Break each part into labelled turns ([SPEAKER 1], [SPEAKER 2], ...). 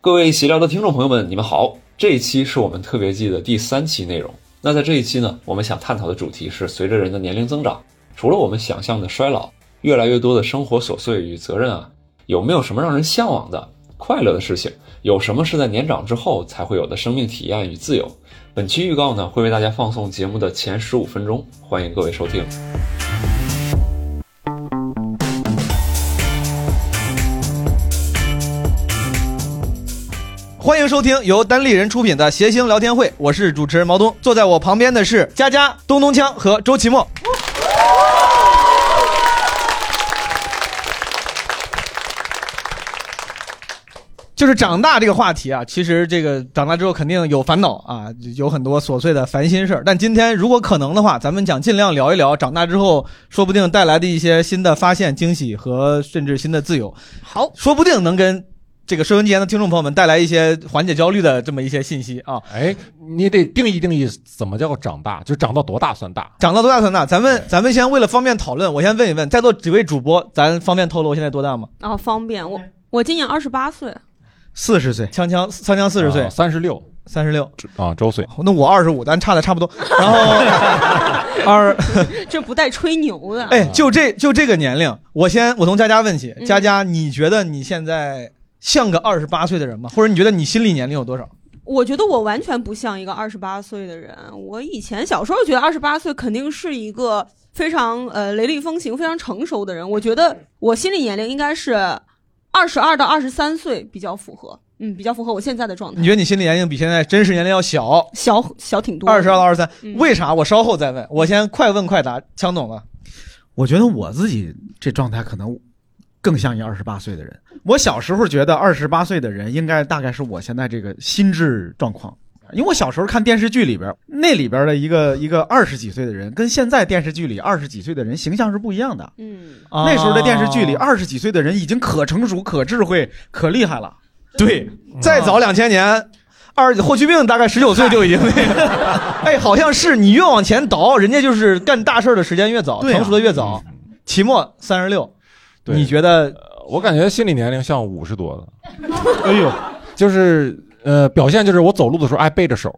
[SPEAKER 1] 各位闲聊的听众朋友们，你们好！这一期是我们特别季的第三期内容。那在这一期呢，我们想探讨的主题是：随着人的年龄增长，除了我们想象的衰老，越来越多的生活琐碎与责任啊，有没有什么让人向往的快乐的事情？有什么是在年长之后才会有的生命体验与自由？本期预告呢，会为大家放送节目的前十五分钟，欢迎各位收听。
[SPEAKER 2] 欢迎收听由单立人出品的《谐星聊天会》，我是主持人毛东，坐在我旁边的是佳佳、东东锵和周奇墨。就是长大这个话题啊，其实这个长大之后肯定有烦恼啊，有很多琐碎的烦心事儿。但今天如果可能的话，咱们想尽量聊一聊长大之后，说不定带来的一些新的发现、惊喜和甚至新的自由。
[SPEAKER 3] 好，
[SPEAKER 2] 说不定能跟这个收音机前的听众朋友们带来一些缓解焦虑的这么一些信息啊。
[SPEAKER 4] 哎，你得定义定义怎么叫长大，就长到多大算大？
[SPEAKER 2] 长到多大算大？咱们咱们先为了方便讨论，我先问一问在座几位主播，咱方便透露现在多大吗？
[SPEAKER 3] 然后方便我，我今年二十八岁，
[SPEAKER 2] 四十岁，锵锵锵锵四十岁，
[SPEAKER 4] 啊三十六，
[SPEAKER 2] 三十六
[SPEAKER 4] 啊，周岁。
[SPEAKER 2] 那我二十五，咱差的差不多。然 后二，
[SPEAKER 3] 这不带吹牛的。
[SPEAKER 2] 哎，就这就这个年龄，我先我从佳佳问起，
[SPEAKER 3] 嗯
[SPEAKER 2] 佳佳，你觉得你现在像个二十八岁的人吗？或者你觉得你心理年龄有多少？
[SPEAKER 3] 我觉得我完全不像一个二十八岁的人。我以前小时候觉得二十八岁肯定是一个非常呃雷厉风行、非常成熟的人。我觉得我心理年龄应该是二十二到二十三岁比较符合，嗯，比较符合我现在的状态
[SPEAKER 2] 你。觉得你心理年龄比现在真实年龄要小，
[SPEAKER 3] 小小挺多的
[SPEAKER 2] 二十二到二十三
[SPEAKER 3] 嗯？
[SPEAKER 2] 为啥？我稍后再问，我先快问快答。强总了，
[SPEAKER 5] 我觉得我自己这状态可能更像一二十八岁的人。我小时候觉得二十八岁的人应该大概是我现在这个心智状况，因为我小时候看电视剧里边，那里边的一个一个二十几岁的人，跟现在电视剧里二十几岁的人形象是不一样的。
[SPEAKER 3] 嗯，
[SPEAKER 5] 那时候的电视剧里，
[SPEAKER 2] 啊
[SPEAKER 5] 二十几岁的人已经可成熟、可智慧、可厉害了。
[SPEAKER 2] 对，再早两千年，二霍去病大概十九岁就已经那 个，哎，好像是你越往前倒，人家就是干大事儿的时间越早，
[SPEAKER 5] 对啊
[SPEAKER 2] 成熟的越早。期末三十六，
[SPEAKER 4] 对
[SPEAKER 2] 你觉得？
[SPEAKER 4] 我感觉心理年龄像五十多的，
[SPEAKER 5] 哎呦，
[SPEAKER 4] 就是呃，表现就是我走路的时候爱背着手，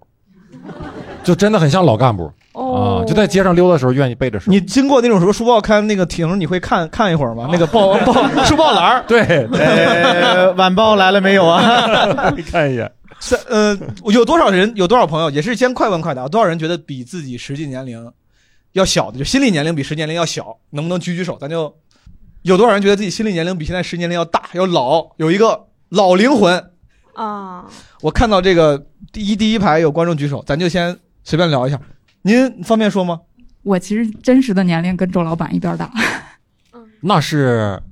[SPEAKER 4] 就真的很像老干部
[SPEAKER 3] 哦
[SPEAKER 4] 啊，就在街上溜达的时候愿意背着手。
[SPEAKER 2] 你 经过那种什么书报刊那个亭，你会看看一会儿吗？那个报 报书报栏儿，
[SPEAKER 4] 对，
[SPEAKER 5] 呃，晚报来了没有啊？
[SPEAKER 4] 看一眼，
[SPEAKER 2] 三呃，有多少人？有多少朋友？也是先快问快答，多少人觉得比自己实际年龄要小的，就心理年龄比实际年龄要小？能不能举举手？咱就有多少人觉得自己心理年龄比现在实际年龄要大，要老？有一个老灵魂，
[SPEAKER 3] 啊，
[SPEAKER 2] 我看到这个第一第一排有观众举手，咱就先随便聊一下。您方便说吗？
[SPEAKER 6] 我其实真实的年龄跟周老板一边大，
[SPEAKER 4] 那是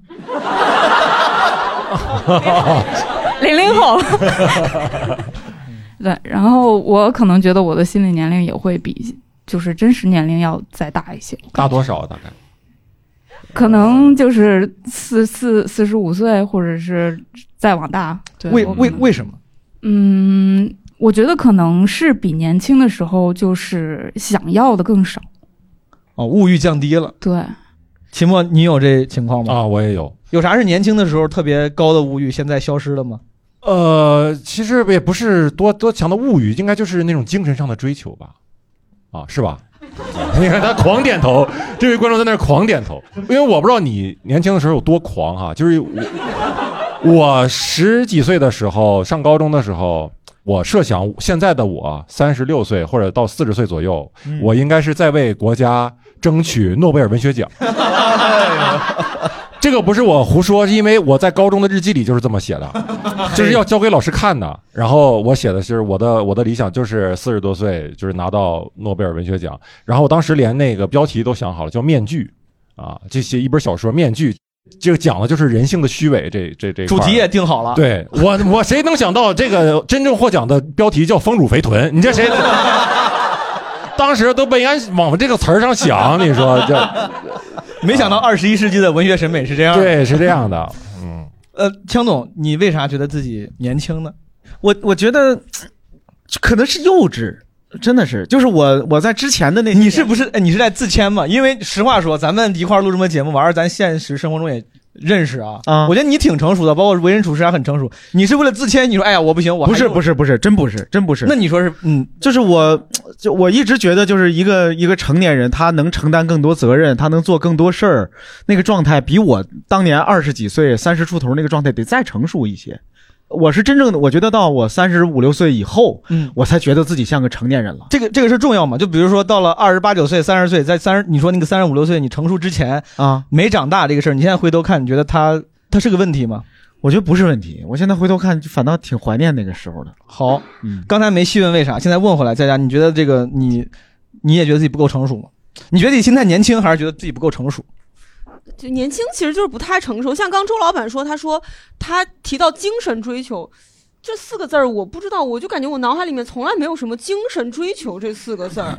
[SPEAKER 6] 零零后。对，然后我可能觉得我的心理年龄也会比就是真实年龄要再大一些，
[SPEAKER 4] 大多少啊？大概
[SPEAKER 6] 可能就是四四四十五岁，或者是再往大。对，
[SPEAKER 2] 为
[SPEAKER 6] 我
[SPEAKER 2] 为为什么？
[SPEAKER 6] 嗯，我觉得可能是比年轻的时候就是想要的更少。
[SPEAKER 2] 哦，物欲降低了。
[SPEAKER 6] 对，
[SPEAKER 2] 秦墨，你有这情况吗？
[SPEAKER 4] 啊，我也有。
[SPEAKER 2] 有啥是年轻的时候特别高的物欲，现在消失了吗？
[SPEAKER 4] 呃，其实也不是多多强的物欲，应该就是那种精神上的追求吧，啊，是吧？ 你看他狂点头，这位观众在那儿狂点头，因为我不知道你年轻的时候有多狂哈、就是我我十几岁的时候，上高中的时候，我设想现在的我三十六岁或者到四十岁左右，我应该是在为国家争取诺贝尔文学奖。这个不是我胡说，是因为我在高中的日记里就是这么写的。就是要交给老师看的。然后我写的是我的我的理想就是四十多岁就是拿到诺贝尔文学奖。然后我当时连那个标题都想好了，叫《面具》啊，这写一本小说《面具》，这个讲的就是人性的虚伪这这这一块
[SPEAKER 2] 主
[SPEAKER 4] 儿
[SPEAKER 2] 题也定好了。
[SPEAKER 4] 对我我谁能想到这个真正获奖的标题叫“丰乳肥臀”？你这谁？当时都不应该往这个词儿上想，你说这
[SPEAKER 2] 没想到二十一世纪的文学审美是这样的。
[SPEAKER 4] 对是这样的，嗯。
[SPEAKER 2] 呃，强总，你为啥觉得自己年轻呢？
[SPEAKER 5] 我我觉得可能是幼稚，真的是，就是我我在之前的那些
[SPEAKER 2] 你是不是？哎，你是在自谦吗？因为实话说，咱们一块儿录这么节目，完了，咱现实生活中也认识啊，我觉得你挺成熟的，包括为人处事还很成熟。你是为了自谦，你说哎呀我不行，我
[SPEAKER 5] 不是不是不是，真不是真不是。
[SPEAKER 2] 那你说是嗯，
[SPEAKER 5] 就是我，就我一直觉得，就是一个一个成年人，他能承担更多责任，他能做更多事儿，那个状态比我当年二十几岁、三十出头那个状态得再成熟一些。我是真正的，我觉得到我三十五六岁以后，
[SPEAKER 2] 嗯，
[SPEAKER 5] 我才觉得自己像个成年人了。
[SPEAKER 2] 这个这个是重要嘛？就比如说到了二十八九岁、三十岁，在三十你说那个三十五六岁你成熟之前
[SPEAKER 5] 啊，
[SPEAKER 2] 没长大这个事儿，你现在回头看，你觉得他他是个问题吗？
[SPEAKER 5] 我觉得不是问题，我现在回头看，反倒挺怀念那个时候的。
[SPEAKER 2] 好，
[SPEAKER 5] 嗯，
[SPEAKER 2] 刚才没细问为啥，现在问回来，佳佳，你觉得这个你你也觉得自己不够成熟吗？你觉得自己心态年轻，还是觉得自己不够成熟？
[SPEAKER 3] 就年轻其实就是不太成熟。像刚周老板说，他说他提到精神追求这四个字儿，我不知道，我就感觉我脑海里面从来没有什么精神追求这四个字 儿，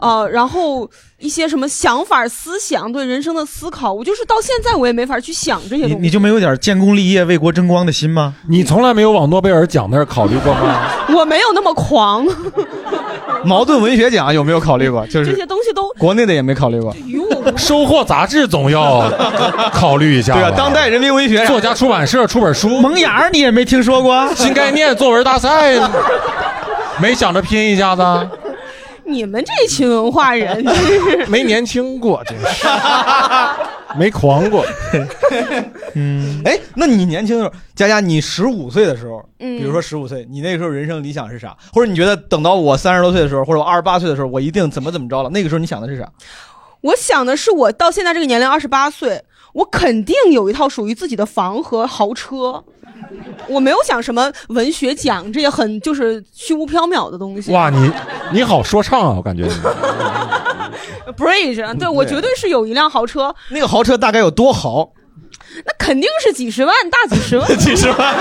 [SPEAKER 3] 呃，然后一些什么想法、思想对人生的思考，我就是到现在我也没法去想这些
[SPEAKER 5] 你
[SPEAKER 3] 东
[SPEAKER 5] 你
[SPEAKER 3] 西。
[SPEAKER 5] 就没有点建功立业、为国争光的心吗？
[SPEAKER 4] 你从来没有往诺贝尔奖那儿考虑过吗？
[SPEAKER 3] 我没有那么狂，
[SPEAKER 2] 矛盾文学奖啊有没有考虑过？ 就
[SPEAKER 3] 这些
[SPEAKER 2] 是
[SPEAKER 3] 东西都
[SPEAKER 2] 国内的也没考虑过。
[SPEAKER 3] 与我无
[SPEAKER 4] 收获杂志总要考虑一下吧。
[SPEAKER 2] 对啊，当代人民文学
[SPEAKER 4] 作家出版社出本书，
[SPEAKER 5] 萌芽儿你也没听说
[SPEAKER 2] 啊
[SPEAKER 5] 过？
[SPEAKER 4] 新概念作文大 赛，没想着拼一下子，
[SPEAKER 3] 你们这群文化人 真 是。
[SPEAKER 4] 没年轻过，真是 没狂过。
[SPEAKER 2] 哎，那你年轻的时候，佳佳，你十五岁的时候，
[SPEAKER 3] 嗯
[SPEAKER 2] 比如说十五岁，你那个时候人生理想是啥？或者你觉得等到我三十多岁的时候，或者我二十八岁的时候，我一定怎么怎么着了？那个时候你想的是啥？
[SPEAKER 3] 我想的是，我到现在这个年龄，二十八岁，我肯定有一套属于自己的房和豪车。我没有想什么文学奖，这些很就是虚无缥缈的东西。
[SPEAKER 4] 哇，你你好说唱啊，我感觉你。
[SPEAKER 3] ，Bridge，对我绝对是有一辆豪车，
[SPEAKER 2] 那个豪车大概有多豪？
[SPEAKER 3] 那肯定是几十万，大几十万。
[SPEAKER 2] 几十万，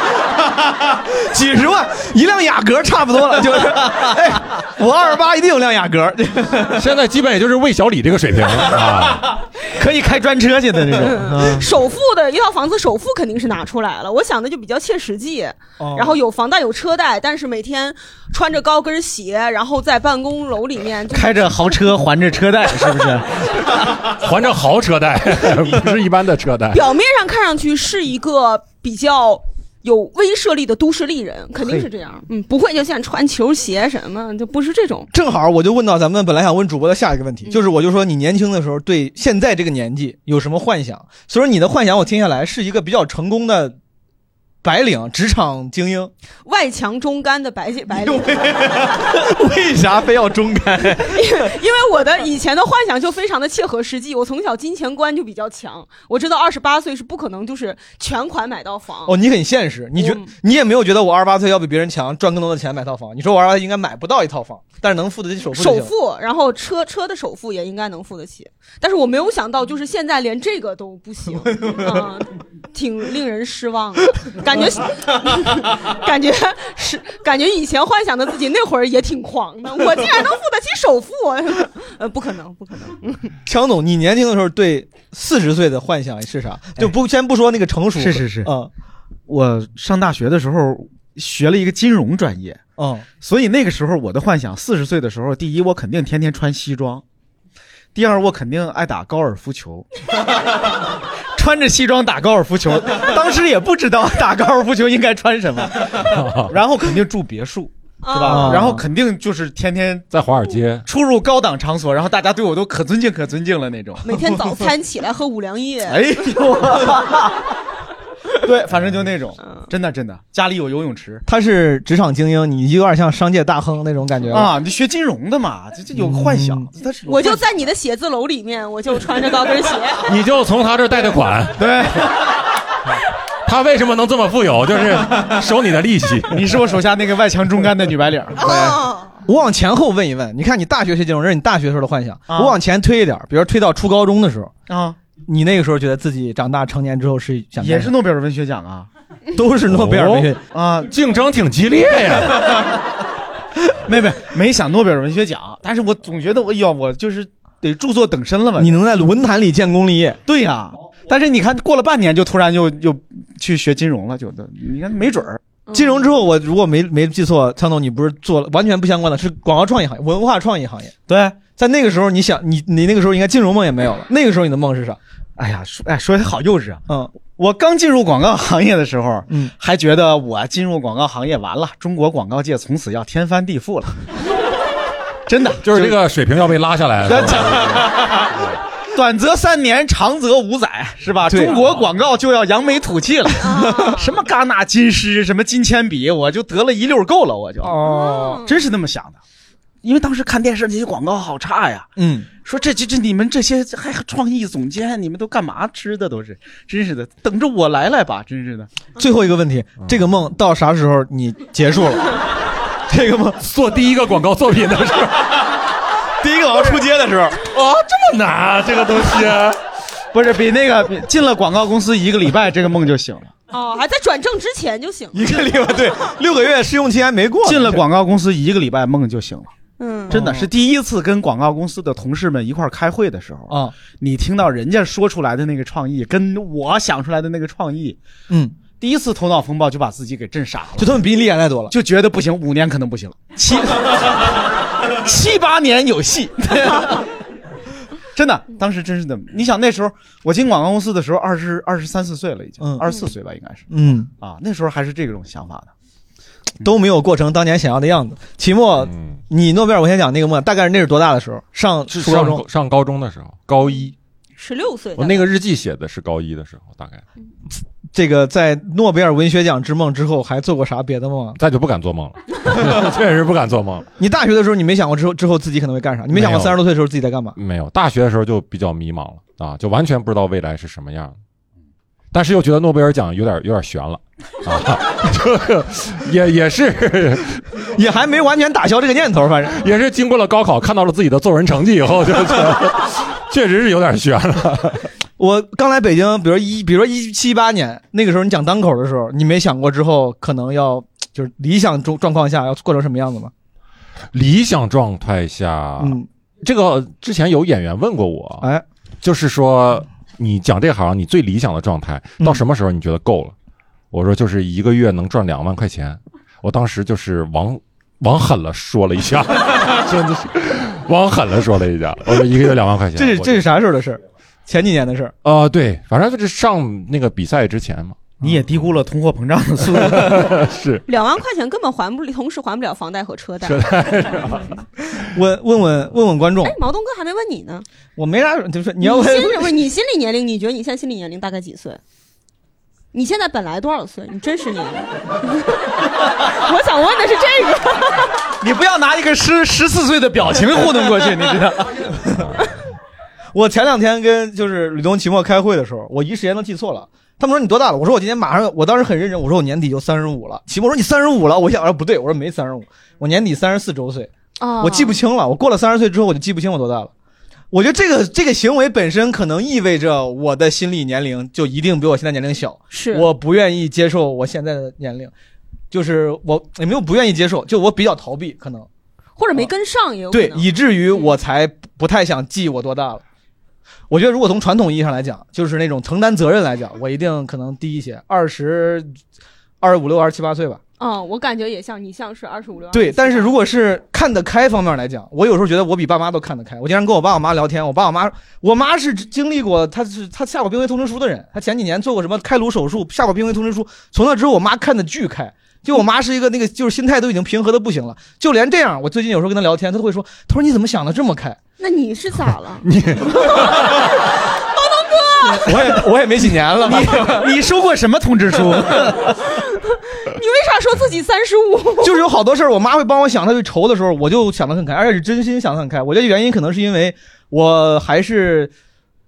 [SPEAKER 2] 几十万，一辆雅阁差不多了， 就是。哎，我二十八一定有辆雅阁，
[SPEAKER 4] 现在基本也就是魏小李这个水平啊。
[SPEAKER 5] 可以开专车去的那
[SPEAKER 2] 嗯
[SPEAKER 5] 种。啊
[SPEAKER 3] 首付的一套房子，首付肯定是拿出来了。我想的就比较切实际，
[SPEAKER 2] 嗯
[SPEAKER 3] 然
[SPEAKER 5] 哦
[SPEAKER 3] 后有房贷有车贷，但是每天穿着高跟鞋，然后在办公楼里面就
[SPEAKER 5] 开着豪车还着车贷，是不是？
[SPEAKER 4] 还着豪车贷，不是一般的车贷。
[SPEAKER 3] 表面上看上去是一个比较有威慑力的都市丽人，肯定是这样。嗯，不会就像穿球鞋什么，就不是这种。
[SPEAKER 2] 正好我就问到咱们本来想问主播的下一个问
[SPEAKER 5] 嗯
[SPEAKER 2] 题，就是我就说你年轻的时候对现在这个年纪有什么幻想？所以说你的幻想我听下来是一个比较成功的白领、职场精英，
[SPEAKER 5] 哦
[SPEAKER 3] 外强中干的白白领，
[SPEAKER 2] 为啥非要中干？
[SPEAKER 3] 因为我的以前的幻想就非常的切合实际。我从小金钱观就比较强，我知道二十八岁是不可能就是全款买到房。
[SPEAKER 2] 哦，你很现实，你觉
[SPEAKER 3] 嗯
[SPEAKER 2] 你也没有觉得我二十八岁要比别人强，赚更多的钱买套房。你说我二十八应该买不到一套房，但是能付得起首付就
[SPEAKER 3] 首
[SPEAKER 2] 行。
[SPEAKER 3] 付，然后车车的首付也应该能付得起，但是我没有想到，就是现在连这个都不行，嗯，挺令人失望的，感觉 感觉是感觉以前幻想的自己那会儿也挺狂的，我竟然能付得起首付， 呃，不可能，不可能，
[SPEAKER 2] 强总，你年轻的时候对四十岁的幻想是啥？就不先不说那个成熟，
[SPEAKER 5] 哎是是是
[SPEAKER 2] 嗯
[SPEAKER 5] 我上大学的时候学了一个金融专业，
[SPEAKER 2] 嗯，
[SPEAKER 5] 所以那个时候我的幻想，四十岁的时候，第一，我肯定天天穿西装；第二，我肯定爱打高尔夫球， 穿着西装打高尔夫球。当时也不知道打高尔夫球应该穿什么，然后肯定住别墅，是吧？
[SPEAKER 2] 啊
[SPEAKER 5] 然后肯定就是天天
[SPEAKER 4] 在华尔街，
[SPEAKER 5] 出入高档场所，然后大家对我都可尊敬可尊敬了那种。
[SPEAKER 3] 每天早餐起来喝五粮液，
[SPEAKER 5] 哎呦， 对，反正就那种
[SPEAKER 3] 嗯，
[SPEAKER 5] 真的真的，家里有游泳池。
[SPEAKER 2] 他是职场精英，你有点像商界大亨那种感觉了。
[SPEAKER 5] 啊，你学金融的嘛，这这有幻想，他是有
[SPEAKER 3] 我就
[SPEAKER 5] 幻
[SPEAKER 3] 在你的写字楼里面，我就穿着高跟鞋，
[SPEAKER 4] 你就从他这儿贷的款。
[SPEAKER 5] 对，
[SPEAKER 4] 他为什么能这么富有？就是收你的利息。
[SPEAKER 5] 你是我手下那个外强中干的女白领。
[SPEAKER 3] 哦，
[SPEAKER 2] 我往前后问一问，你看你大学学金融，这是你大学时候的幻想。
[SPEAKER 5] 啊
[SPEAKER 2] 我往前推一点，比如推到初高中的时候，
[SPEAKER 5] 啊，
[SPEAKER 2] 你那个时候觉得自己长大成年之后是想干
[SPEAKER 5] 也是
[SPEAKER 2] 什
[SPEAKER 5] 诺贝尔文学奖啊
[SPEAKER 2] 么都是诺贝尔文学。
[SPEAKER 5] 啊，
[SPEAKER 4] 竞争挺激烈呀，
[SPEAKER 5] 没没没想诺贝尔文学奖，但是我总觉得我哎呀，我就是得著作等身了吧？
[SPEAKER 2] 你能在文坛里建功立业，
[SPEAKER 5] 对呀、但是你看过了半年就突然又又去学金融了，就你看没准儿
[SPEAKER 2] 金融之后，我如果没没记错，苍总你不是做了完全不相关的，是广告创意行业、文化创意行业。
[SPEAKER 5] 对。
[SPEAKER 2] 在那个时候，你想你你那个时候应该金融梦也没有了，那个时候你的梦是啥？
[SPEAKER 5] 哎呀，说哎说的好幼稚啊！
[SPEAKER 2] 嗯，
[SPEAKER 5] 我刚进入广告行业的时候，嗯，还觉得我进入广告行业完了，中国广告界从此要天翻地覆了。 真的，
[SPEAKER 4] 就是这个水平要被拉下来了。
[SPEAKER 5] 短则三年，长则五载，是吧？
[SPEAKER 4] 对啊
[SPEAKER 5] 中国广告就要扬眉吐气了。
[SPEAKER 3] 啊
[SPEAKER 5] 什么戛纳金狮，什么金铅笔，我就得了一溜够了，我就哦，真是那么想的。因为当时看电视，这些广告好差呀。
[SPEAKER 2] 嗯，
[SPEAKER 5] 说这这这你们这些还创意总监，你们都干嘛吃的都是，真是的，等着我来来吧，真是的。
[SPEAKER 2] 最后一个问题，这个梦到啥时候你结束了？这个梦
[SPEAKER 4] 做第一个广告作品的时候，
[SPEAKER 5] 第一个广告出街的时 候，
[SPEAKER 4] 哦，这么难、啊、这个东西、
[SPEAKER 5] 不是比那个比进了广告公司一个礼拜，这个梦就醒了。
[SPEAKER 3] 哦，还在转正之前就行了。
[SPEAKER 2] 一个礼拜对，六个月试用期还没过呢，
[SPEAKER 5] 进了广告公司一个礼拜，梦就醒了。
[SPEAKER 3] 嗯，
[SPEAKER 5] 真的是第一次跟广告公司的同事们一块儿开会的时候
[SPEAKER 2] 啊，
[SPEAKER 5] 你听到人家说出来的那个创意，跟我想出来的那个创意，
[SPEAKER 2] 嗯，
[SPEAKER 5] 第一次头脑风暴就把自己给震傻了，
[SPEAKER 2] 就他们比你厉害太多了。
[SPEAKER 5] 就觉得不行，五年可能不行了，七七八年有戏。 真的，当时真是的。你想那时候我进广告公司的时候，二十二十三四岁了，已经
[SPEAKER 2] 嗯
[SPEAKER 5] 二十四岁吧，应该是
[SPEAKER 2] 嗯，
[SPEAKER 5] 啊，那时候还是这种想法的。
[SPEAKER 2] 都没有过成当年想要的样子。期末，你诺贝尔文学奖那个梦，大概那是多大的时候？上
[SPEAKER 4] 是
[SPEAKER 2] 初高
[SPEAKER 4] 上
[SPEAKER 2] 中，
[SPEAKER 4] 上高中的时候，高一，
[SPEAKER 3] 十六岁
[SPEAKER 4] 我
[SPEAKER 3] 的
[SPEAKER 4] 那个日记写的是高一的时候，大概
[SPEAKER 2] 这个在诺贝尔文学奖之梦之后，还做过啥别的梦啊？
[SPEAKER 4] 再就不敢做梦了， 确实不敢做梦了。
[SPEAKER 2] 你大学的时候，你没想过之后之后自己可能会干啥？你没想过
[SPEAKER 4] 没有
[SPEAKER 2] 三十多岁的时候自己在干嘛？
[SPEAKER 4] 没有，大学的时候就比较迷茫了啊，就完全不知道未来是什么样的。但是又觉得诺贝尔奖有点有点悬了啊， 这个也也是
[SPEAKER 2] 也还没完全打消这个念头，反正
[SPEAKER 4] 也是经过了高考，看到了自己的作文成绩以后，就就确实是有点悬了。
[SPEAKER 2] 我刚来北京，比如一，比如说一七八年那个时候，你讲单口的时候，你没想过之后可能要就是理想中状况下要过成什么样子吗？
[SPEAKER 4] 理想状态下，
[SPEAKER 5] 啊
[SPEAKER 2] 嗯，
[SPEAKER 4] 这个之前有演员问过我，
[SPEAKER 2] 哎，
[SPEAKER 4] 就是说你讲这行，你最理想的状态到什么时候你觉得够了？我说就是一个月能赚两万块钱。我当时就是往往狠了说了一下， 真的是往狠了说了一下。我说一个月两万块钱，
[SPEAKER 2] 这是
[SPEAKER 4] 我
[SPEAKER 2] 这是啥时候的事儿？前几年的事儿。
[SPEAKER 4] 呃对，反正就是上那个比赛之前嘛，
[SPEAKER 2] 嗯
[SPEAKER 5] 你也低估了通货膨胀的速度。
[SPEAKER 4] 是
[SPEAKER 3] 两万块钱根本还不了，同时还不了房贷和车贷。
[SPEAKER 2] 问问问问问观众
[SPEAKER 3] 哎，，毛东哥还没问你呢，
[SPEAKER 2] 我没啥，就是 哎你要问
[SPEAKER 3] 心里不是你心理年龄？你觉得你现在心理年龄大概几岁？你现在本来多少岁？你真实年龄？ 我想问的是这个。
[SPEAKER 5] 你不要拿一个十十四岁的表情糊弄过去，你知道？
[SPEAKER 2] 我前两天跟就是吕东、期末开会的时候，我一时间都记错了。他们说你多大了？我说我今年马上，我当时很认真，我说我年底就三十五了。期末说你三十五了，我想啊说不对，我说没三十五，我年底三十四周岁，
[SPEAKER 3] 啊
[SPEAKER 2] 我记不清了。我过了三十岁之后，我就记不清我多大了。我觉得这个这个行为本身可能意味着我的心理年龄就一定比我现在年龄小，
[SPEAKER 3] 是
[SPEAKER 2] 我不愿意接受我现在的年龄，就是我也没有不愿意接受，就我比较逃避，可能
[SPEAKER 3] 或者没跟上也有可
[SPEAKER 2] 对
[SPEAKER 3] 能，。
[SPEAKER 2] 以至于我才不太想记我多大了。我觉得如果从传统意义上来讲，就是那种承担责任来讲，我一定可能低一些，二十二五六、二十七八岁吧。
[SPEAKER 3] 嗯，我感觉也像啊你像是二十五六。26
[SPEAKER 2] 对，但是如果是看得开方面来讲，我有时候觉得我比爸妈都看得开。我经常跟我爸我妈聊天，我爸我妈，我妈是经历过，她是她下过病危通知书的人，她前几年做过什么开颅手术，下过病危通知书，从那之后我妈看得巨开。就我妈是一个那个，就是心态都已经平和的不行了，就连这样，我最近有时候跟她聊天，她都会说，她说你怎么想的这么开？
[SPEAKER 3] 那你是咋了？
[SPEAKER 2] 我也我也没几年了吧，
[SPEAKER 5] 你你收过什么通知书？
[SPEAKER 3] 你为啥说自己三十 五？
[SPEAKER 2] 就是有好多事儿，我妈会帮我想，她去愁的时候，我就想得很开，而且是真心想得很开。我觉得原因可能是因为我还是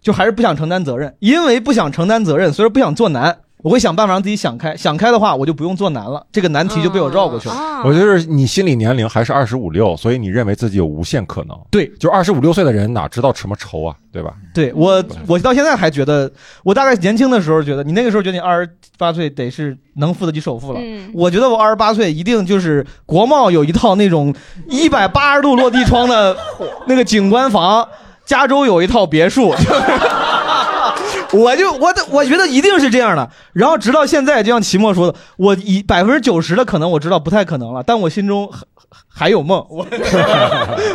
[SPEAKER 2] 就还是不想承担责任，因为不想承担责任，所以说不想做难。我会想办法让自己想开，想开的话，我就不用做难了，这个难题就被我绕过去了。
[SPEAKER 3] 啊
[SPEAKER 4] 我就是你心理年龄还是二十五六，所以你认为自己有无限可能。
[SPEAKER 2] 对，
[SPEAKER 4] 就二十五六岁的人哪知道什么愁啊，对吧？
[SPEAKER 2] 对我，我到现在还觉得，我大概年轻的时候觉得，你那个时候觉得你二十八岁得是能付得起首付了。
[SPEAKER 3] 嗯
[SPEAKER 2] 我觉得我二十八岁一定就是国贸有一套那种一百八十度落地窗的那个景观房，加州有一套别墅，就是 我就我的我觉得一定是这样的。然后直到现在，就像齐墨说的，我以百分之九十的可能我知道不太可能了，但我心中还还有梦， 我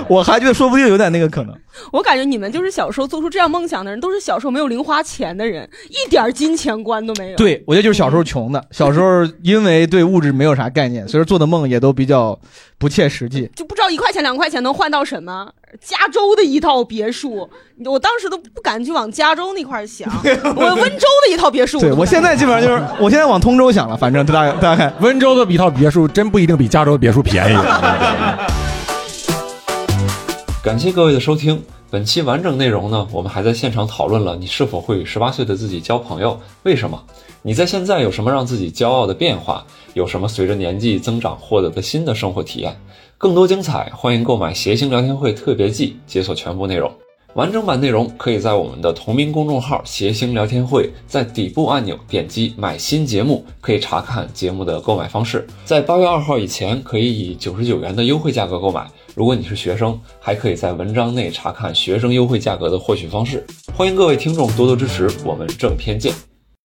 [SPEAKER 2] 我还觉得说不定有点那个可能。
[SPEAKER 3] 我感觉你们就是小时候做出这样梦想的人，都是小时候没有零花钱的人，一点儿金钱观都没有。
[SPEAKER 2] 对，我觉得就是小时候穷的，小时候因为对物质没有啥概念，所以说做的梦也都比较不切实际。
[SPEAKER 3] 就不知道一块钱两块钱能换到什么。加州的一套别墅，我当时都不敢去往加州那块 儿想。我温州的一套别墅，
[SPEAKER 2] 对我现在基本上就是，我现在往通州想了，反正大概大概。
[SPEAKER 4] 温州的一套别墅真不一定比加州的别墅便宜。
[SPEAKER 1] 感谢各位的收听。本期完整内容呢，我们还在现场讨论了你是否会与十八岁的自己交朋友，为什么？你在现在有什么让自己骄傲的变化？有什么随着年纪增长获得的新的生活体验？更多精彩，欢迎购买《谐星聊天会特别季》，解锁全部内容。完整版内容可以在我们的同名公众号“谐星聊天会”在底部按钮点击“买新节目”，可以查看节目的购买方式。在八月二号以前，可以以九十九元的优惠价格购买。如果你是学生，还可以在文章内查看学生优惠价格的获取方式。欢迎各位听众多多支持，我们正片见。